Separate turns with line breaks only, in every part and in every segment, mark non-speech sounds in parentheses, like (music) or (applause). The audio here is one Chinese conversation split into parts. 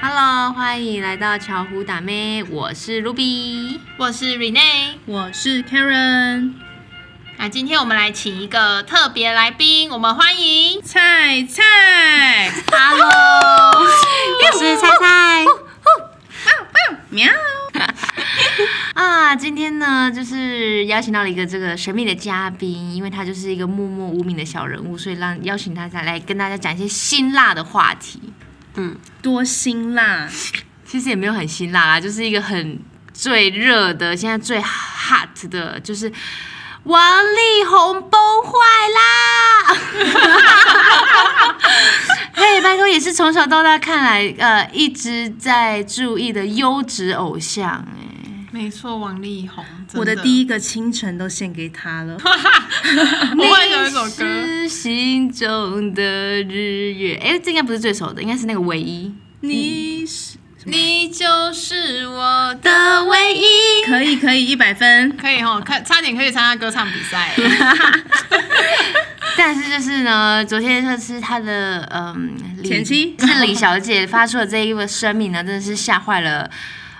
Hello，欢迎来到巧虎打妹，我是 Ruby。
我是 Rene。
我是 Karen，
那今天我们来请一个特别来宾，我们欢迎
菜菜，
(laughs) Hello，
我是菜
(laughs)
菜
喵，
啊，今天呢，就是邀请到了一个这个神秘的嘉宾，因为他就是一个默默无名的小人物，所以让邀请他再来跟大家讲一些辛辣的话题。
多辛辣，
其实也没有很辛辣啦，就是一个很最热的，现在最 hot 的，就是王力宏崩坏啦！ (laughs) 嘿，拜托，也是从小到大看来，呃，一直在注意的优质偶像、哎，
没错，王力宏，
我的第
一，
一个清晨都献给他了。
(laughs) 我会有一首歌，
你是心中的日月，哎、这应该不是最熟的，应该是那个唯一
你是
你就是我的，
的唯一。
可以可以一百分，
可以哈，看差点可以参加歌唱比
(laughs)
赛，
但是就是呢，昨天就是他的嗯，李
前妻
是李小姐发出的这一个声明呢，真的是吓坏了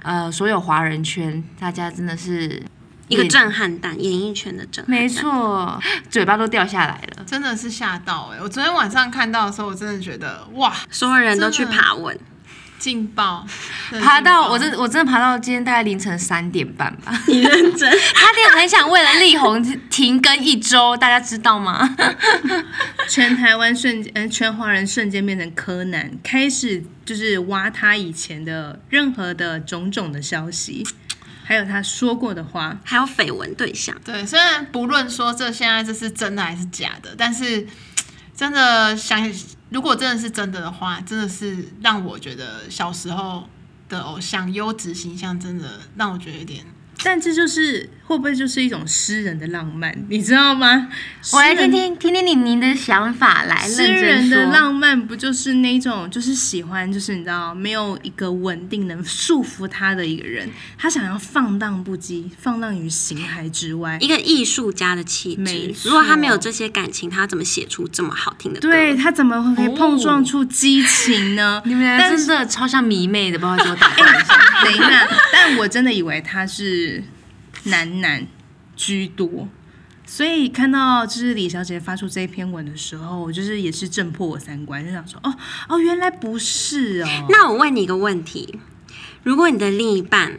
呃所有华人圈，大家真的是
一个震撼弹，演艺圈的震撼。
没错，嘴巴都掉下 (laughs) 来了。
真的是吓到哎、我昨天晚上看到的时候，我真的觉得哇，
所有人都去爬文， (laughs)
劲爆，真的
爬
劲
到
爆
我真我真的爬到今天大概凌晨三点半吧， (laughs)
你认真？ (laughs)
差点很想为了力宏停更一周，大家知道吗？
全台湾瞬间，呃，全华人瞬间变成柯南，开始就是挖他以前的任何的种种的消息，还有他说过的话。
还有绯闻对象，
对，虽然不论说这现在这是真的还是假的，但是真的想，如果真的是真的的话，真的是让我觉得小时候的偶像优质形象，真的让我觉得有点
但这就是会不会就是一种诗人的浪漫，你知道吗？
(laughs) 我来
诗
听
人
听听听你您的想法来
诗
认真
人的
说。
浪漫不就是那种，就是喜欢，就是你知道，没有一个稳定能束缚他的一个人，他想要放荡不羁，放荡于形骸之外
一。个艺术家的气
没
质。
错
如果他没有这些感情，他怎么写出这么好听的歌？
对他怎么会碰撞出激情呢？
哦 (laughs) 你们俩
但
真
是
的超像迷妹的，不好意思，我打 (laughs) 断一下。
等一下，但我真的以为他是男男居多，所以看到就是李小姐发出这篇文的时候，我就是也是震破我三观，就想说哦哦，原来不是哦。
那我问你一个问题：如果你的另一半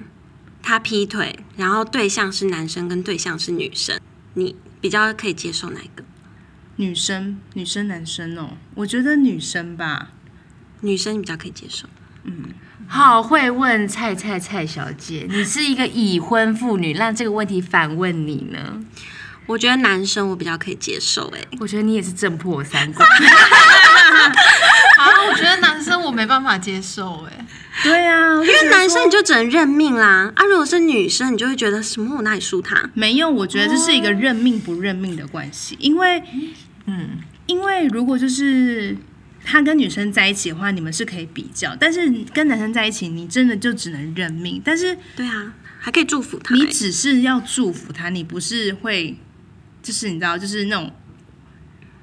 他劈腿，然后对象是男生跟对象是女生，你比较可以接受哪一个？
女生，女生，男生哦，我觉得女生吧，
女生你比较可以接受，
好会问蔡蔡蔡小姐，你是一个已婚妇女，那这个问题反问你呢？
我觉得男生我比较可以接受、欸。哎，
我觉得你也是震破我三观。
啊，我觉得男生我没办法接受哎、
对啊，因
因为男生你就只能认命啦，啊，如果是女生，你就会觉得什么我哪里输他？
没有，我觉得这是一个认命不认命的关系，因为，嗯，因为如果就是他跟女生在一起的话，你们是可以比较，但是跟男生在一起，你真的就只能认命，但是
对啊，还可以祝福他、
你
欸
只是要祝福他，你不是会，就是你知道，就是那种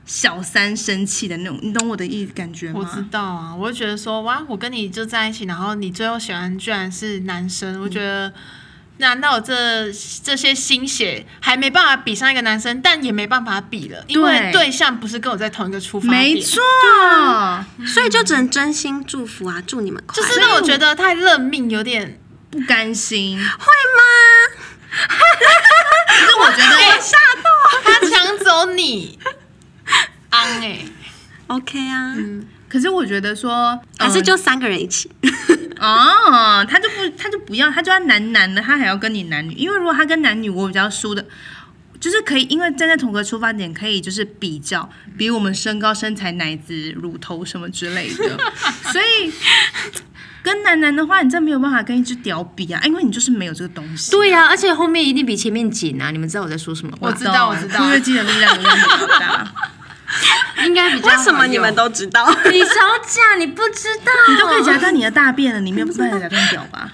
小三生气的那种，你懂我的意感觉吗？
我知道啊，我就觉得说哇，我跟你就在一起，然后你最后喜欢居然是男生，我觉得。难道这这些心血还没办法比上一个男生，但也没办法比了，因为
对
对象不是跟我在同一个出发点。
没错，啊
所以就只能真心祝福啊，祝你们快
就
乐。
是让我觉得太认命，有点
不甘心。
我觉得我吓到，他抢走你，昂哎、
OK 啊，
可是我觉得说，
还
呃
是就三个人一起，
哦，他就不，他就不要，他就要男男的，他还要跟你男女，因为如果他跟男女，我比较输的，就是可以，因为站在同个出发点，可以就是比较，比我们身高、身材、奶子、乳头什么之类
(laughs)
的，所以跟男男的话，你真没有办法跟一只屌比啊，因为你就是没有这个东西。啊
对啊呀、而且后面一定比前面紧啊！你们知道我在说什么
啊我
吧？
知道我知道
括约肌的力量永远比较
(laughs)
大。
应该比较
为什么你们
都？
都知 (laughs) 道？
李小姐，你不知道？
你都可以夹断你的大便了，你没有办法夹断屌吧？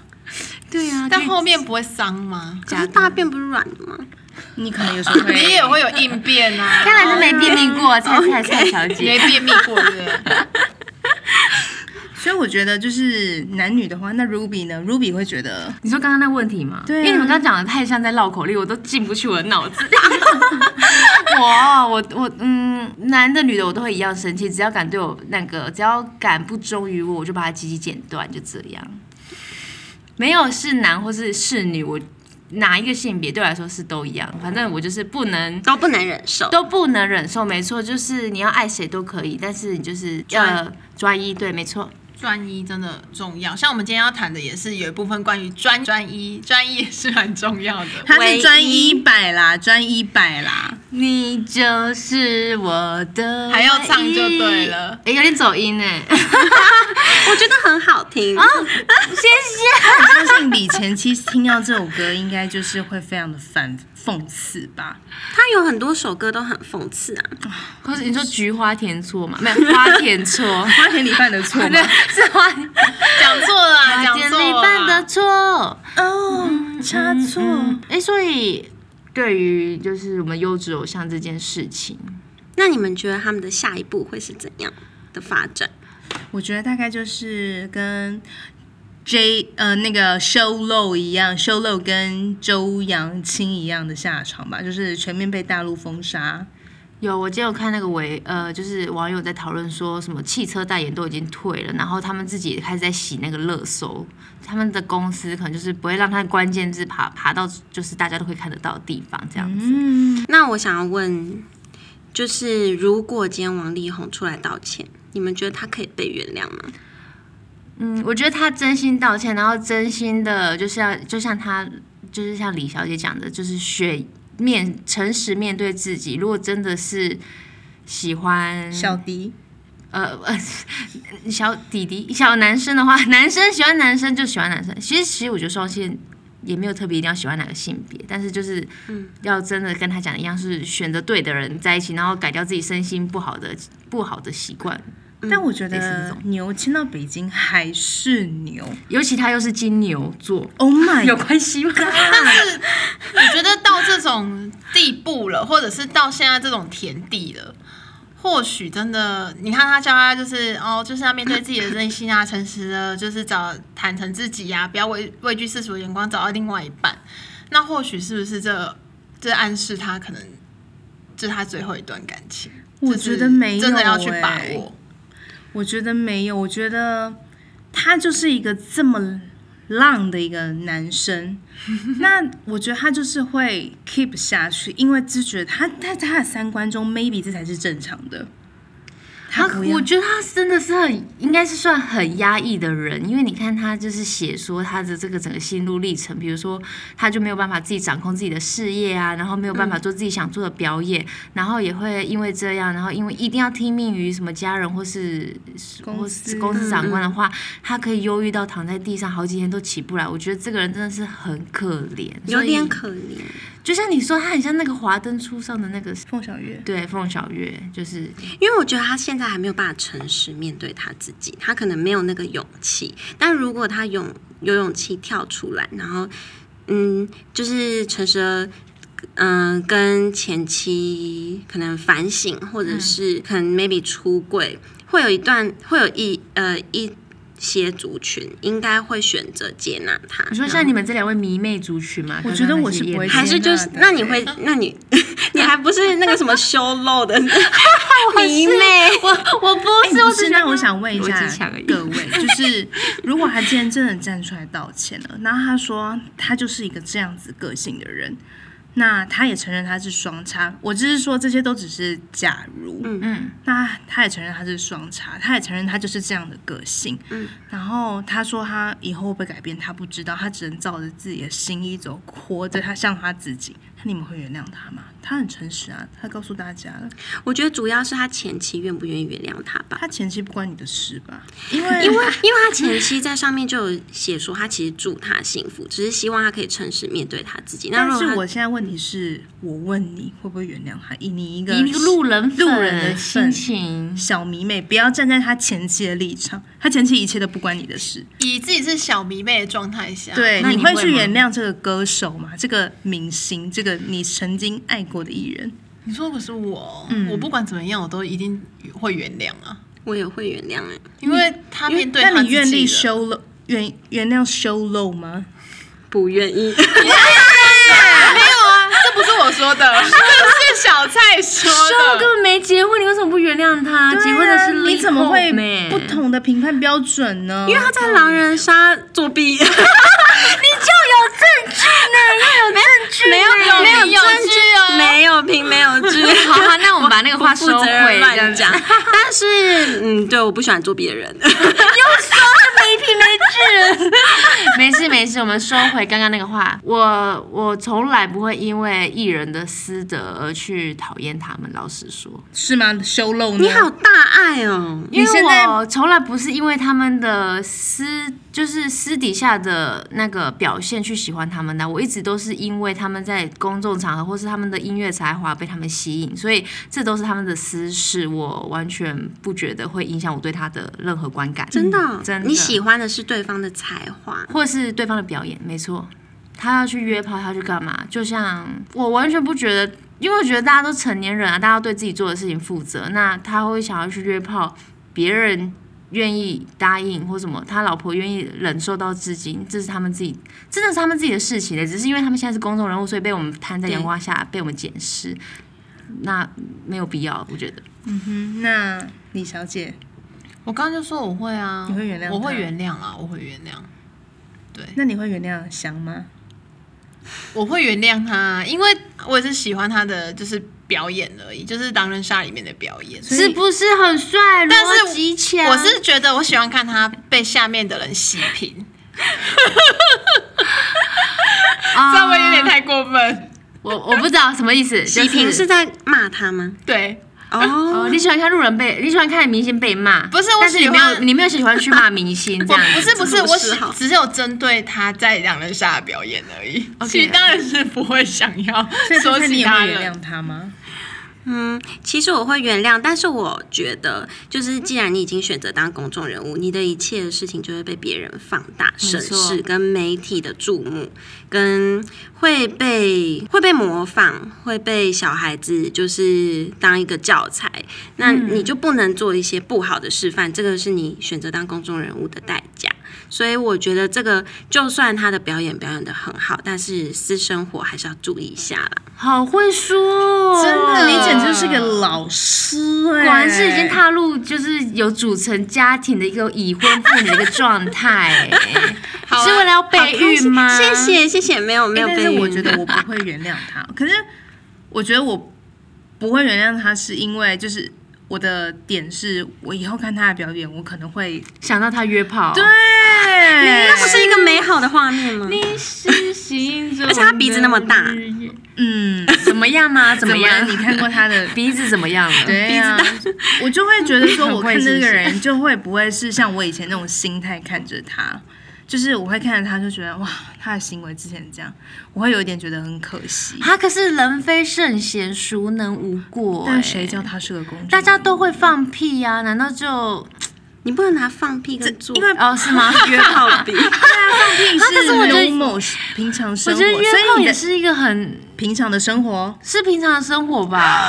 对呀、
但后面不会伤吗？
可是大便不是软的吗？
你可能有时 (laughs) 候会，
你也会有应变啊，
(laughs) (laughs) 看来是没便秘过，蔡蔡蔡小
没
姐。
便秘过对不对？
所所以我觉得就是男女的话，那 Ruby 呢？Ruby 会觉得
你说刚刚那问题吗？
对啊
因为你们刚刚讲的太像在绕口令，我都进不去我的脑 (laughs) 子。我我我，嗯，男的女的我都会一样生气，只要敢对我那个，只要敢不忠于我，我就把他鸡鸡剪断，就这样。没有是男或是是女，我哪一个性别对我来说是都一样，反正我就是不能。
都不能忍受。
都不能忍受，没错，就是你要爱谁都可以，但是你就是呃专一，对，没错，
专一真的重要。像我们今天要谈的也是有一部分关于专专一，专一也是蛮重要的。
他
唯
是
一
专一百啦，专一百啦。
你就是我的唯一，
还要唱就对了
诶有点走音呢。
我觉得很好听，
我相信李前妻听到这首歌，应该就是会非常的反讽刺吧。
他有很多首歌都很讽刺啊。
可是你说菊花田错嘛？没有花田错，
花田里犯的错吗
对，？
(laughs)
是花
(laughs) 讲错了 (laughs) 啊，讲
田
错
里
了
犯
啊
的。错。
哦，差错。
哎、所以对于就是我们优质偶像这件事情，
那你们觉得他们的下一步会是怎样的发展？
我觉得大概就是跟 J 呃那个 Show Low 一样，Show Low 跟周扬青一样的下场吧，就是全面被大陆封杀。
有我今天有看那个微呃，就是网友在讨论说什么汽车代言都已经退了，然后他们自己也开始在洗那个热搜，他们的公司可能就是不会让他关键字爬爬到就是大家都会看得到的地方这样子。
嗯，
那我想要问，就是如果今天王力宏出来道歉，你们觉得他可以被原谅吗？
嗯，我觉得他真心道歉，然后真心的，就是要就像他，就是像李小姐讲的，就是学面诚实面对自己。如果真的是喜欢
小迪，
呃呃 (laughs) 小弟弟小男生的话， (laughs) 男生喜欢男生就喜欢男生。其实其实我觉得双性也没有特别一定要喜欢哪个性别，但是就是要真的跟他讲的一样，是选择对的人在一起，然后改掉自己身心不好的不好的习惯。
但我觉
嗯类似这
得
种
牛迁到北京还是
(laughs)
牛。
尤其他又是金牛座，
Oh my，
有关系吗？
我觉得到这种地步了，或者是到现在这种田地了。或许真的，你看他教他就是哦，就是要面对自己的真心啊，诚实的，就是找坦诚自己呀、啊，不要畏畏惧世俗的眼光，找到另外一半。那或许是不是这这暗示他可能这是他最后一段感情？
我
就
觉
是
得没有
真的要去把
欸
握。
我觉得没有，我觉得他就是一个这么浪的一个男
(laughs)
生。那我觉得他就是会 keep 下去，因为就觉得他在他的三观中，maybe 这才是正常的。
他
他不要
我觉得他真的是很，应该是算很压抑的人，因为你看他就是写说他的这个整个心路历程，比如说他就没有办法自己掌控自己的事业啊，然后没有办法做自己想做的表演，然后也会因为这样，然后因为一定要听命于什么家人或是
公
或
司
是公司长官的
嗯
话，他可以忧郁到躺在地上好几天都起不来。我觉得这个人真的是很可怜，
有点
所以
可怜。
就像你说，他很像那个《华灯初上》的那个
凤小岳，
对凤小岳，就是
因为我觉得他现在还没有办法诚实面对他自己，他可能没有那个勇气。但如果他勇有勇气跳出来，然后嗯，就是诚实地，嗯、跟前妻可能反省，或者
嗯
是可能 maybe 出柜，会有一段会有一呃一些族群应该会选择接纳他。
你说
然
像
后
你们这两位迷妹族群嘛，
我觉得我是不会
看
还是就是
接纳的
那你会那你 (laughs) 你还不是那个什么修漏
(laughs)
的迷妹？
我我不
哎，
是，
不
我
是，
只
那我想问一下
逻辑强而已
各位，就是如果他今天真的站出来道歉了，然后他说他就是一个这样子个性的人，那他也承认他是双叉，我只是说这些都只是假如，嗯
嗯，
那他也承认他是双叉，他也承认他就是这样的个性，嗯，然后他说他以后会不会改变，他不知道，他只能照着自己的心意走，活着他像他自己，那你们会原谅他吗？他很诚实啊，他告诉大家了，
我觉得主要是他前妻愿不愿意原谅他吧，
他前期不关你的事吧，因为
因为因为他前妻在上面就有写说，他其实祝他幸福，只是希望他可以诚实面对他自己。那
但
如
是
果
我现在问题是，我问你会不会原谅他？以你一个
以一个路人
路人的
心
份
情，
小迷妹，不要站在他前妻的立场，他前妻一切都不关你的事。
以自己是小迷妹的状态下，
对，
那
你
你会
会去
吗
原谅这个歌手吗？这个明星，这个你曾经爱过的艺人？嗯
你说可是我，我不管怎么样，我都一定会原谅啊。
我我也会原谅哎、
因为他
因为
面对
那
他
你愿
自己
意
了
修了原原谅修漏吗？
不愿意。
没有啊，这不是我说
(laughs)
的，这是小蔡说
瘦根
的。
本没结婚，你为什么不原谅他？结婚的是
啊你怎么
Lee
会
Hope 呢
不？同的评判标准呢？
因为他在狼人杀作 (laughs) 弊，你就有证据呢，要有证据，没有
你
没
有
有证
据
啊
哦
没有凭没有据。
(laughs)
好啊，那我们把那个话
不
收
负
回，
责任
这样
乱
子
讲， (laughs) 但是嗯，对，我不喜欢作弊的人。
没凭没据。没事没事，我们收回刚刚那个话。我我从来不会因为艺人的私德而去讨厌他们。老实说，
是吗？修漏呢？
(laughs) 你好大爱哦，
因
你现
为
在
我从来不是因为他们的私就是私底下的那个表现去喜欢他们的，啊我一直都是因为他们在公众场合或是他们的音乐才华被他们吸引，所以这都是他们的私事，我完全不觉得会影响我对他的任何观感。
真的哦
嗯真的，
你喜欢的是对方的才华，
或是对方的表演，没错，他要去约炮，他要去干嘛？就像我完全不觉得，因为我觉得大家都成年人啊，大家要对自己做的事情负责。那他会想要去约炮，别人愿意答应或什么，他老婆愿意忍受到至今，这是他们自己，真的是他们自己的事情的。只是因为他们现在是公众人物，所以被我们摊在阳光下，被我们检视，那没有必要，我觉得。
嗯那李小姐，
我刚刚就说我会啊，
你会原谅他
我会原谅啊，我会原谅，
那你会原谅翔吗？
我会原谅他，因为我也是喜欢他的，就是表演而已，就是狼人杀里面的表
以
演。
是不是很帅？
但是
逻辑强，
我是觉得我喜欢看他被下面的人洗屏，
啊
稍微有点太过分。
我我不知道什么意思。
喜
就
平是在骂他吗？
对，
哦，
哦，
你喜欢看路人被，你喜欢看明星被骂，
不是我
但是你
喜
没
欢
有，你没有喜欢去骂明
(laughs)
星这
我
样子，
哦不是不是，
这不
我
是
只
好
只有针对他在狼人杀的表演而已。
OK
其实当然是不会想要
所以
说
看你
其
也
他
会原
人。
谅他吗？
嗯，其实我会原谅，但是我觉得，就是既然你已经选择当公众人物，你的一切的事情就会被别人放大、
错
审视，跟媒体的注目，跟会被会被模仿，会被小孩子就是当一个教材。那你就不能做一些不好的示范，这个是你选择当公众人物的代价。所以我觉得这个，就算他的表演表演的很好，但是私生活还是要注意一下啦。
好会说、哦，
真的，你简直是个老师哎、
果然是已经踏入就是有组成家庭的一个已婚妇女的一个状态、
(laughs)
啊
是为了要备孕吗？
谢。谢谢谢，没有没
哎
有
但
被。
是我觉得我不会原谅他，可是我觉得我不会原谅他，是因为就是我的点是，我以后看他的表演，我可能会
想到他约炮，对，
那不是一个美好的画面吗？
你是心中，
而且他鼻子那么大，
(laughs)
(laughs)
嗯，
怎么样吗？怎
怎么
么
样？
样？ (laughs)
你看过他的
鼻子怎么样了？
对呀、我就会觉得说，我
很会
看这个
是不是
人就会不会是像我以前那种心态看着他，就是我会看着他就觉得哇，他的行为之前这样，我会有一点觉得很可惜。
他可是人非圣贤，孰能无过、
但
哎
谁叫他是个公主？
大家都会放屁呀、难道就
你不能拿放屁跟做
因为
哦是
(laughs)
吗？啊 (laughs)
约炮比，
毕竟
可是我觉得
啊是 normal 平常
我
生
觉
活，
得
所
约炮
以你
也
的
是一个很
平常的生活，
是平常的生活
(laughs)
吧。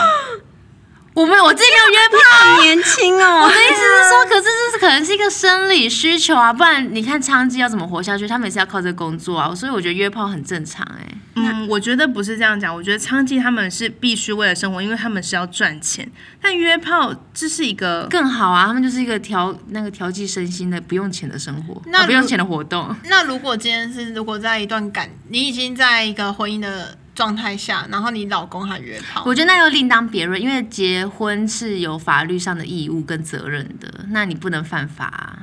我们我自己没有约炮，
(laughs) 好年轻哦
我。的意思是说，
啊
可是这是可能是一个生理需求啊，不然你看娼妓要怎么活下去？他们也是要靠这个工作啊，所以我觉得约炮很正常哎、
嗯，我觉得不是这样讲。我觉得娼妓他们是必须为了生活，因为他们是要赚钱。但约炮这是一个
更好啊，他们就是一个调那个调剂身心的不用钱的生活，
那
啊、不
如
用钱的活动。
那如果今天是如果在一段感，你已经在一个婚姻的状态下，然后你老公还约炮，
我觉得那又另当别论，因为结婚是有法律上的义务跟责任的，那你不能犯法、啊。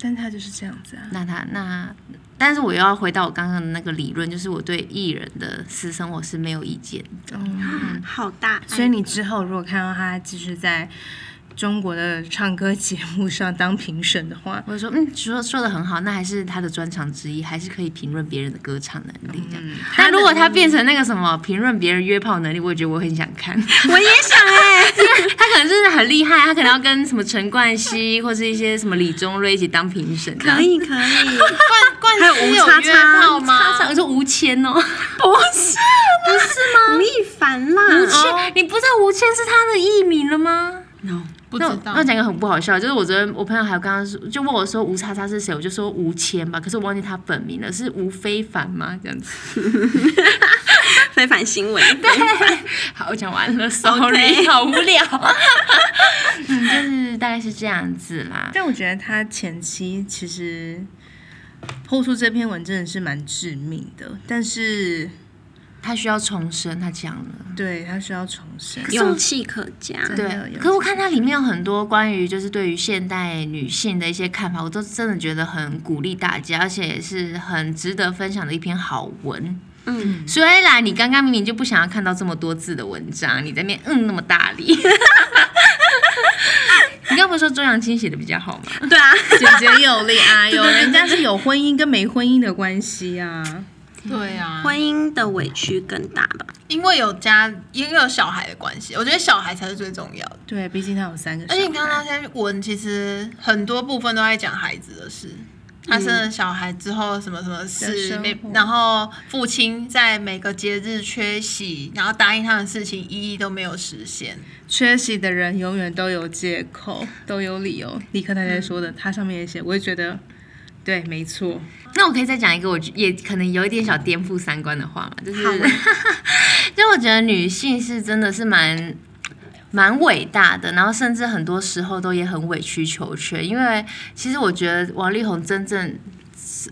但他就是这样子啊。
那他那，但是我又要回到我刚刚的那个理论，就是我对艺人的私生活是没有意见。
好大，
所以你之后如果看到他继续在中国的唱歌节目上当评审的话，
我就说，嗯，说说的很好，那还是他的专长之一，还是可以评论别人的歌唱能力这样。但如嗯果他变成那个什么评论别人约炮能力，我也觉得我很想看。
我也想哎、
(laughs) 他可能真的很厉害，他可能要跟什么陈冠希或是一些什么李宗瑞一起当评审。
可。以可以，
冠冠希有
还有吴
约
叉叉
炮
他
吗？
想说吴谦哦，
不是不是吗？吴亦凡啦，
嗯吴谦，你不知道吴谦是他的艺名了吗？
No，
不知
那我
道
那我讲一个很不好笑的，就是我昨天我朋友还有刚刚说，就问我说吴叉叉是谁，我就说吴谦吧，可是我忘记他本名了，是吴非凡吗？这样子。
非凡新闻，
好，我讲完了，sorry，好 (laughs) 无聊。嗯，就是大概是这样子啦。
但我觉得他前期其实抛出这篇文真的是蛮致命的，但是
他需要重生，他讲了。
对他需要重生。
勇气可嘉。
真的
对，
有
可是我
这
看它里面有很多关于就是对于现代女性的一些看法，我都真的觉得很鼓励大家，而且也是很值得分享的一篇好文。
嗯，
虽然你刚刚明明就不想要看到这么多字的文章，你在那边嗯那么大力， (laughs) 你刚不是说周扬青写的比较好吗？
对啊，
简洁有力啊， (laughs) 有人家是有婚姻跟没婚姻的关系啊。
对啊，
婚姻的委屈更大吧？
因为有家，因为有小孩的关系，我觉得小孩才是最重要的。
对，毕竟他有三个小
而
孩。
且你看那些文，其实很多部分都在讲孩子的事。他生了小孩之后，什么什么事
生
没
活，
然后父亲在每个节日缺席，然后答应他的事情一一都没有实现。
缺席的人永远都有借 (laughs) 口，都有理由。李克太太说的，他上面也写，我也觉得对，没错。
那我可以再讲一个，我觉也可能有一点小颠覆三观的话嘛，就是
好，
就我觉得女性是真的是蛮蛮伟大的，然后甚至很多时候都也很委曲求全，因为其实我觉得王力宏真正。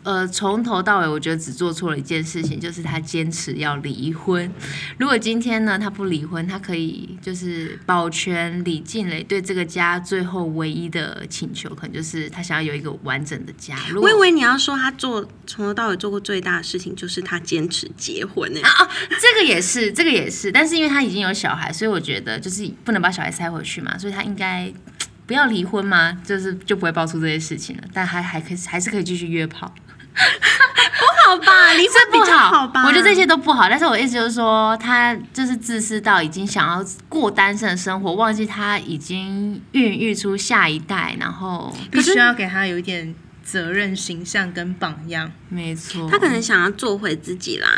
呃，从头到尾，我觉得只做错了一件事情，就是他坚持要离婚。如果今天呢，他不离婚，他可以就是保全李静蕾对这个家最后唯一的请求，可能就是他想要有一个完整的家。如
我
果
以为你要说他做从头到尾做过最大的事情就是他坚持结婚呢、
啊
欸。
这个也是，这个也是，但是因为他已经有小孩，所以我觉得就是不能把小孩塞回去嘛，所以他应该不要离婚嘛，就是就不会爆出这些事情了。但还还可以还是可以继续约炮，
好吧，离婚
这
比
不
较好吧？
我觉得这些都不好。但是我意思就是说，他就是自私到已经想要过单身的生活，忘记他已经孕育出下一代，然后
必须要给他有一点责任、形象跟榜样。
没错，
他可能想要做回自己啦，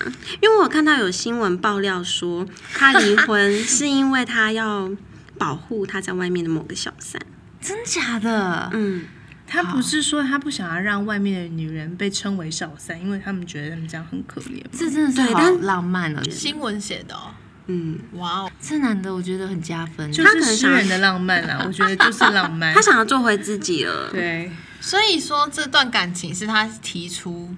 因为我看到有新闻爆料说他离婚是因为他要保护他在外面的某个小三。
真假的，
嗯，
他不是说他不想要让外面的女人被称为小三，因为他们觉得他们这样很可怜嘛。
这真的是
对
好
但
浪漫哦，
新闻写的、哦，
嗯，
哇哦，
这男的我觉得很加分，
就
他可
是
能
诗
想
人的浪漫啦，我觉得就是浪漫
他。想要做回自己了。
对，
所以说这段感情是他提出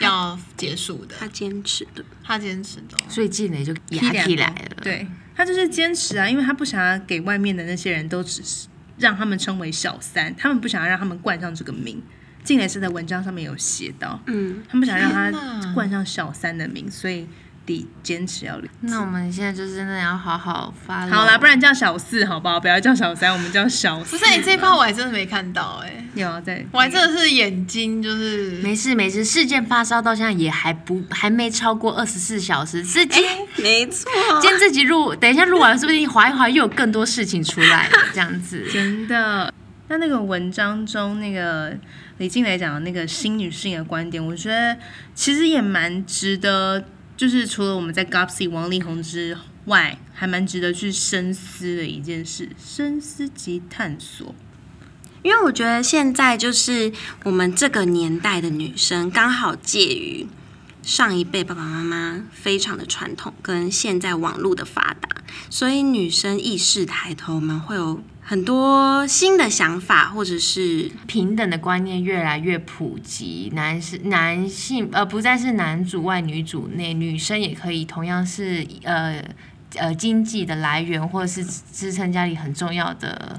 要结束的，
他坚持的，
他坚持的哦、
所以静蕾就牙
踢两
起
刀
来了，。
对他就是坚持啊，因为他不想要给外面的那些人都只是让他们称为小三，他们不想要让他们冠上这个名。静蕾是在文章上面有写到，
嗯，
他们不想让
天哪
他冠上小三的名，所以得坚持要离。
那我们现在就是真的要好好发了。
好啦，不然叫小四好不好？不要叫小三，我们叫小
不 (laughs)
四。
是你这一趴我还真的没看到哎、
有啊，对，
我还真的是眼睛就是
没事没事，事件发烧到现在也还不还没超过二十四小时，是
哎
今
没错。
今天这集录，等一下录完说不定划一划又有更多事情出来了，这样子。
真的。 (laughs) 那那个文章中，那个李静蕾讲的那个新女性的观点，我觉得其实也蛮值得，就是除了我们在 Gopsy 王力宏之外，还蛮值得去深思的一件事，深思及探索。
因为我觉得现在就是我们这个年代的女生，刚好介于上一辈爸爸妈妈非常的传统，跟现在网络的发达，所以女生意识抬头，我们会有很多新的想法，或者是
平等的观念越来越普及，男是男性呃不再是男主外女主内，女生也可以同样是呃呃经济的来源或者是支撑家里很重要的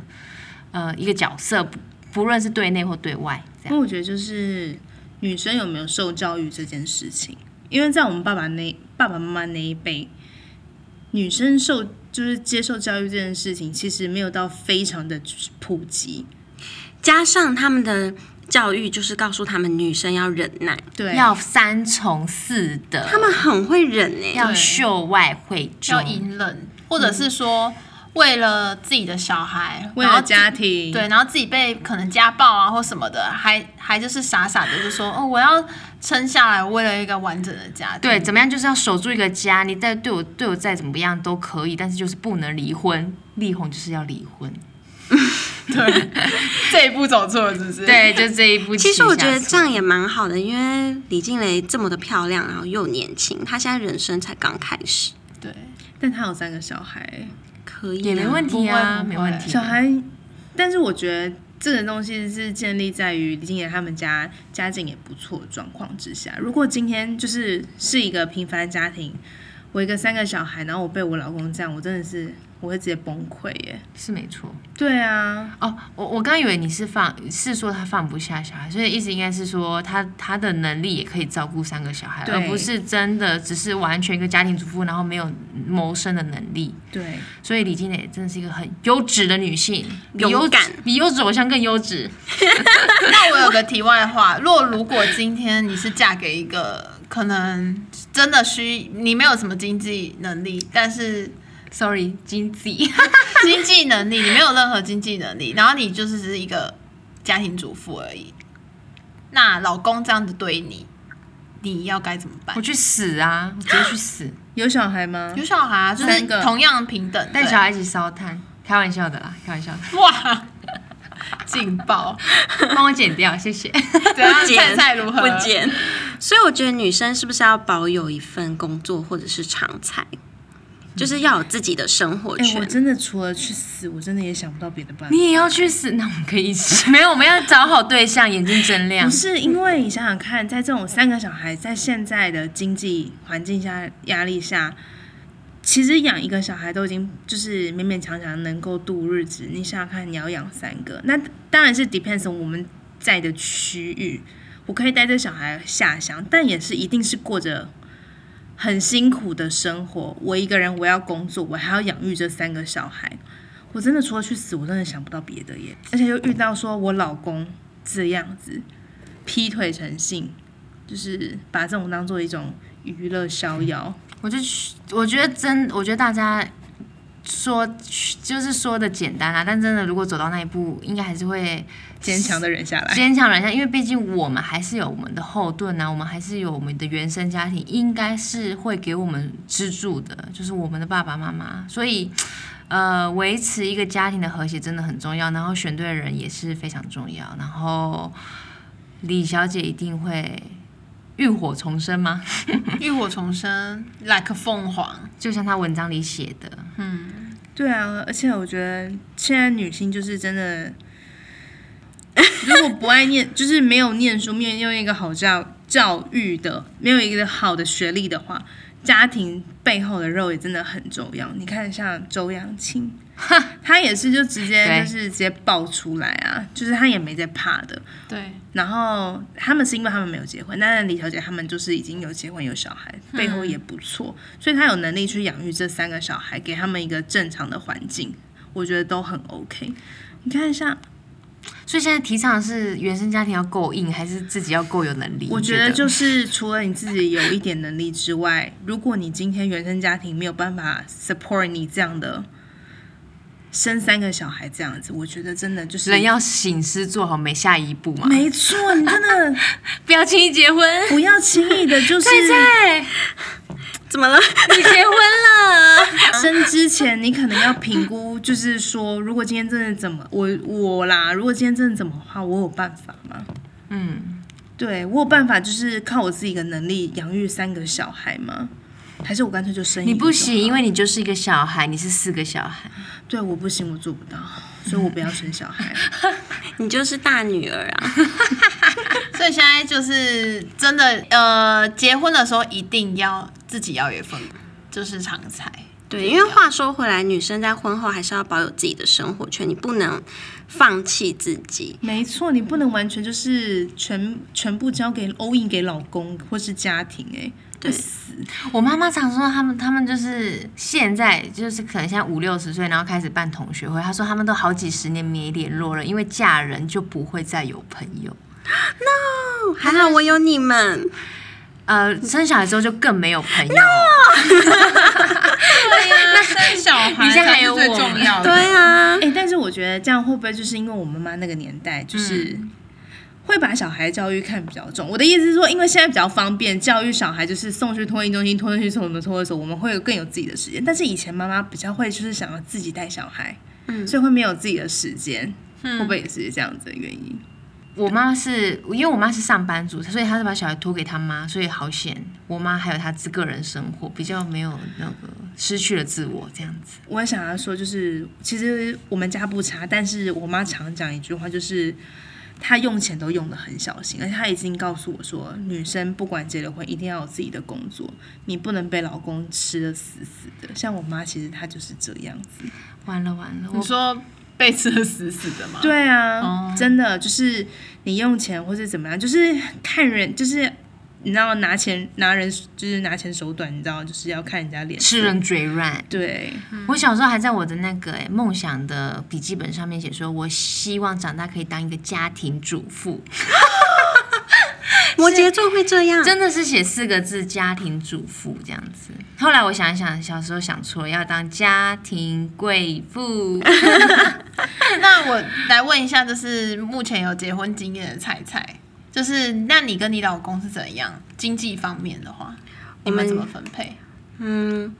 呃一个角色，不不论是对内或对外，这样
那我觉得就是女生有没有受教育这件事情，因为在我们爸爸那爸爸妈妈那一辈，女生受就是接受教育这件事情，其实没有到非常的普及。
加上他们的教育，就是告诉他们女生要忍耐，
对，
要三从四德。
他们很会忍哎、
要秀外慧中
要，隐忍，或者是说为了自己的小孩，
为了家庭，
然后自。对，然后自己被可能家暴啊或什么的，还还就是傻傻的就说哦，我要撑下来，为了一个完整的家庭。
对，怎么样就是要守住一个家。你再对我对我再怎么样都可以，但是就是不能离婚。力宏就是要离婚，
对，这一步走错了，是不是？，
对，就这一部。
其实我觉得这样也蛮好的，因为李静蕾这么的漂亮，然后又年轻，她现在人生才刚开始，
对，
但他有三个小孩，
可以啊
也没问题啊，
不会
没
不会
问题。
小孩，但是我觉得这个东西是建立在于李静妍他们家家境也不错的状况之下。如果今天就是是一个平凡的家庭，我一个三个小孩，然后我被我老公这样，我真的是我会直接崩溃耶。
是没错。
对啊，
哦，我我刚以为你是放是说他放不下小孩，所以意思应该是说他他的能力也可以照顾三个小孩，
对
而不是真的只是完全一个家庭主妇，然后没有谋生的能力。
对，
所以李金磊真的是一个很优质的女性，比
勇
优质
敢
比优质偶像更优质。
那我有个题外话，若如果今天你是嫁给一个可能真的需你没有什么经济能力，但是
Sorry，金子，
经济能力你没有任何经济能力，然后你就是只是一个家庭主妇而已，那老公这样子对你，你要该怎么办
(laughs) 我？去死啊！我直接去死，
有小孩吗
有？小孩啊，就
三
是
个
同样平等
带
对
小孩一起烧炭，开玩笑的啦，开玩笑的， (laughs)
哇，劲爆！
帮我剪掉，谢谢。
怎样？
剪
菜菜如何？
不见。所以我觉得女生是不是要保有一份工作或者是常才，就是要有自己的生活
哎、
圈。
我真的除了去死，我真的也想不到别的办法。
(laughs) 你也要去死，那我们可以一起。 (laughs) 没有，我们要找好对象，眼睛睁亮
不。是因为你想想看，在这种三个小孩在现在的经济环境下压力下，其实养一个小孩都已经就是勉勉强强能够度日子。你想想看，你要养三个，那当然是 depends on 我们在的区域。我可以带着小孩下乡，但也是一定是过着很辛苦的生活。我一个人，我要工作，我还要养育这三个小孩。我真的除了去死，我真的想不到别的耶。而且又遇到说我老公这样子，劈腿成性，就是把这种当做一种娱乐逍 (laughs) 遥。
我就去，我觉得真，我觉得大家说就是说的简单啊啦，但真的如果走到那一步，应该还是会
坚强的忍下来，
坚强忍下，因为毕竟我们还是有我们的后盾啊，我们还是有我们的原生家庭，应该是会给我们支柱的，就是我们的爸爸妈妈，所以。呃，维持一个家庭的和谐真的很重要，然后选对人也是非常重要。然后李小姐一定会浴火重生吗？
浴火重生，like 凤凰。
就像她文章里写的，
对啊，而且我觉得现在女性就是真 (laughs) 的，如果不爱念，就是没有念书，没有用一个好教教育的，没有一个好的学历的话，家庭背后的肉也真的很重要。你看，像周扬 (laughs) 青，她也是就直接
对
就是直接爆出来啊，就是她也没在怕的。
对，
然后他们是因为他们没有结婚，但是李小姐他们就是已经有结婚有小孩，背后
嗯
也不错，所以她有能力去养育这三个小孩，给他们一个正常的环境，我觉得都很 OK。你看像，
所以现在提倡的是原生家庭要够硬，还是自己要够有能力？
我
你
觉得就是除了你自己有一点能力之外，如果你今天原生家庭没有办法 support 你这样的生三个小孩这样子，我觉得真的就是
人要醒思，做好每下一步嘛，
没错，你真的
不要轻易结婚。
不要轻易
(laughs)
的就是。
菜菜，
怎么了？ (laughs)
你结婚了？
(laughs) 生之前，你可能要评估，就是说，如果今天真的怎么，我我啦，如果今天真的怎么的话，我有办法吗？
嗯，
对我有办法，就是靠我自己的能力养育三个小孩吗？还是我干脆就生一个
你不
就好
行，因为你就是一个小孩，你是四个小孩。
对我不行，我做不到，所以我不要生
(laughs)
小孩。
你就是大女儿啊！
所以现在就是真的，呃，结婚的时候一定要自己要有一份，就是常才。
对，因为话说回来，女生在婚后还是要保有自己的生活圈，你不能放弃自己。
没错，你不能完全就是全全部交给 all in 给老公或是家庭、欸，
对，
我妈妈常说他们，他们就是现在就是可能现在五六十岁，然后开始办同学会。她说他们都好几十年没联络了，因为嫁人就不会再有朋友。
哦还好我有你们。
呃，生小孩之后就更没有朋友。
对呀、生小孩
你现在
才
还
哦是
有
最
我
重要
对
的。
啊，
哎、但是我觉得这样会不会就是因为我妈妈那个年代就是会把小孩教育看比较重？我的意思是说，因为现在比较方便，教育小孩就是送去托婴中心、托去什么托的时候，我们会有更有自己的时间。但是以前妈妈比较会就是想要自己带小孩，所以会没有自己的时间，会不会也是这样子的原因？
我妈是因为我妈是上班族，所以她是把小孩托给她妈，所以好险，我妈还有她自个人生活比较没有那个失去了自我这样子。
我很想要说，就是其实我们家不差，但是我妈常讲一句话，就是她用钱都用的很小心，而且她已经告诉我说，女生不管结了婚，一定要有自己的工作，你不能被老公吃的死死的。像我妈，其实她就是这样子。
完了完了，
你
我
说被吃的死死的吗？，
对啊，
哦
真的就是你用钱或是怎么样，就是看人，就是你知道拿钱拿人就是拿钱手短，你知道就是要看人家脸色
吃人嘴软。
对，
我小时候还在我的那个诶梦想的笔记本上面写说，我希望长大可以当一个家庭主
(laughs)
妇，
摩羯座会这样，
真的是写四个字“家庭主妇”这样子。后来我想一想，小时候想错了，要当家庭贵妇。 (laughs)
那我来问一下，就是目前有结婚经验的菜菜，就是那你跟你老公是怎样？经济方面的话，你们
我们
怎么分配？
嗯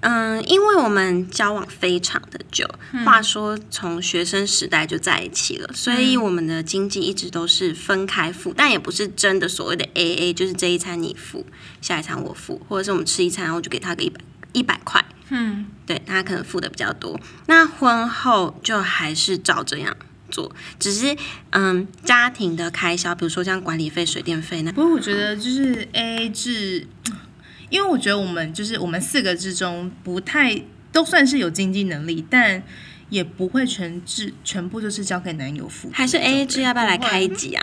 嗯，因为我们交往非常的久，
嗯
话说从学生时代就在一起了，所
嗯
以我们的经济一直都是分开付，但也不是真的所谓的 A A，就是这一餐你付，下一餐我付，或者是我们吃一餐，我就给他个一百一百块，
嗯，
对他可能付的比较多。那婚后就还是照这样做，只是嗯，家庭的开销，比如说像管理费、水电费那
不过我觉得就是 A A 制，因为我觉得我们就是我们四个之中不太都算是有经济能力，但也不会全制全部就是交给男友付出这种人，
还是 A A 制，要不要来开一集啊？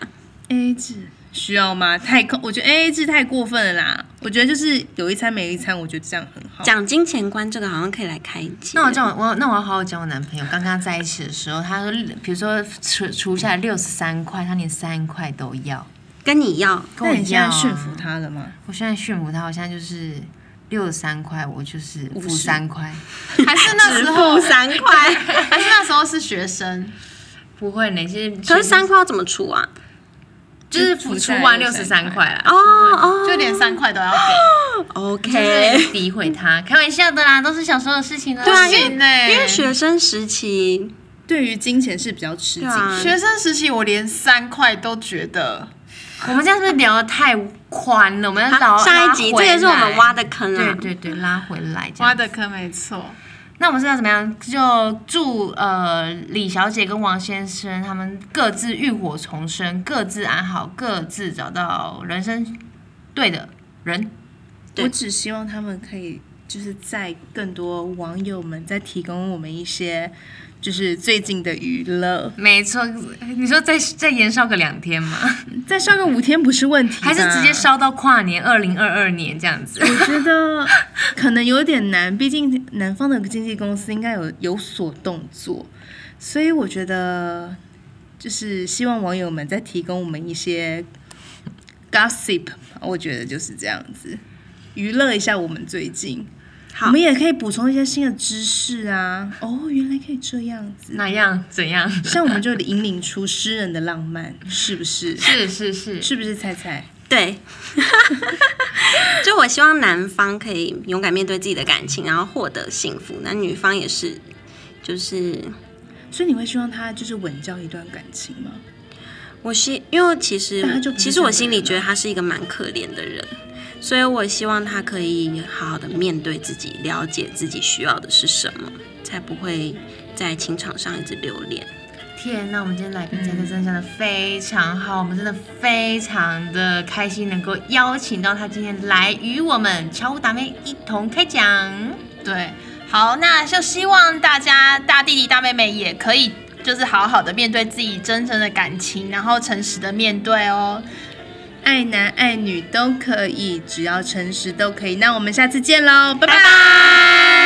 A A 制需要吗？太过，我觉得 A A 制太过分了啦。我觉得就是有一餐没一餐，我觉得这样很好。
讲金钱观这个好像可以来开一集。
哦那我叫我我那我要好好讲我男朋友。刚刚在一起的时候，他说，比如说除除下来六十三块，他连三块都要，
跟你要，
跟
那
我
你
一
现
样、
在
啊。
驯服他了吗？
我现在驯服他，我现在就是六十三块，我就是付
50
三
(laughs)
块。
还是
(laughs)
那时候，
三块，
还是那时候是学生，
不会呢，其实
(laughs) 可是三块要怎么出啊？
就是付出完六十三块啊啦。
哦哦
就连三块都要给，
，OK。
诋毁他，开玩笑的啦，都是小时候的事情了。
对啊，
不行
因
欸
为因为学生时期，
对于金钱是比较吃
对
惊。
啊，
学生时期我连三块都觉得
我们这样是不是聊的太宽了？我们要聊、
好啊下一集
拉回
这
来
也是我们挖的坑
对
啊。
对对，拉回来这样
挖的坑啊没错。
那我们是要怎么样？就祝呃李小姐跟王先生他们各自浴火重生，各自安好，各自找到人生对的人。
对
我只希望他们可以，就是在更多网友们再提供我们一些，就是最近的娱乐。
没错，你说再再延烧个两天吗？啊
再烧个五天不是问题，
(laughs) 还是直接。烧到跨年二零二二年这 (laughs) 样子？
我觉得可能有点难，毕竟南方的经纪公司应该有有所动作，所以我觉得就是希望网友们再提供我们一些 gossip，我觉得就是这样子，娱乐一下我们最近。
好
我们也可以补充一些新的知识啊！哦，原来可以这样子，
哪样？怎样？
像我们就引领出诗人的浪漫，是不是？
是是是，
是不是菜菜？
对， (laughs) 就我希望男方可以勇敢面对自己的感情，然后获得幸福。那女方也是，就是
所以你会希望他就是稳交一段感情吗？
我是因为其实
但他就不是
其实我心里
啊
觉得他是一个蛮可怜的人，所以我希望他可以好好的面对自己，了解自己需要的是什么，才不会在情场上一直留恋。
天呐，我们今天来宾真的真的讲的非常好，我们真的非常的开心能够邀请到他今天来与我们乔五达妹一同开讲。
对，好，那就希望大家大弟弟大妹妹也可以，就是好好的面对自己真正的感情，然后诚实的面对哦。
爱男爱女都可以，只要诚实都可以。那我们下次见喽，拜拜。
拜拜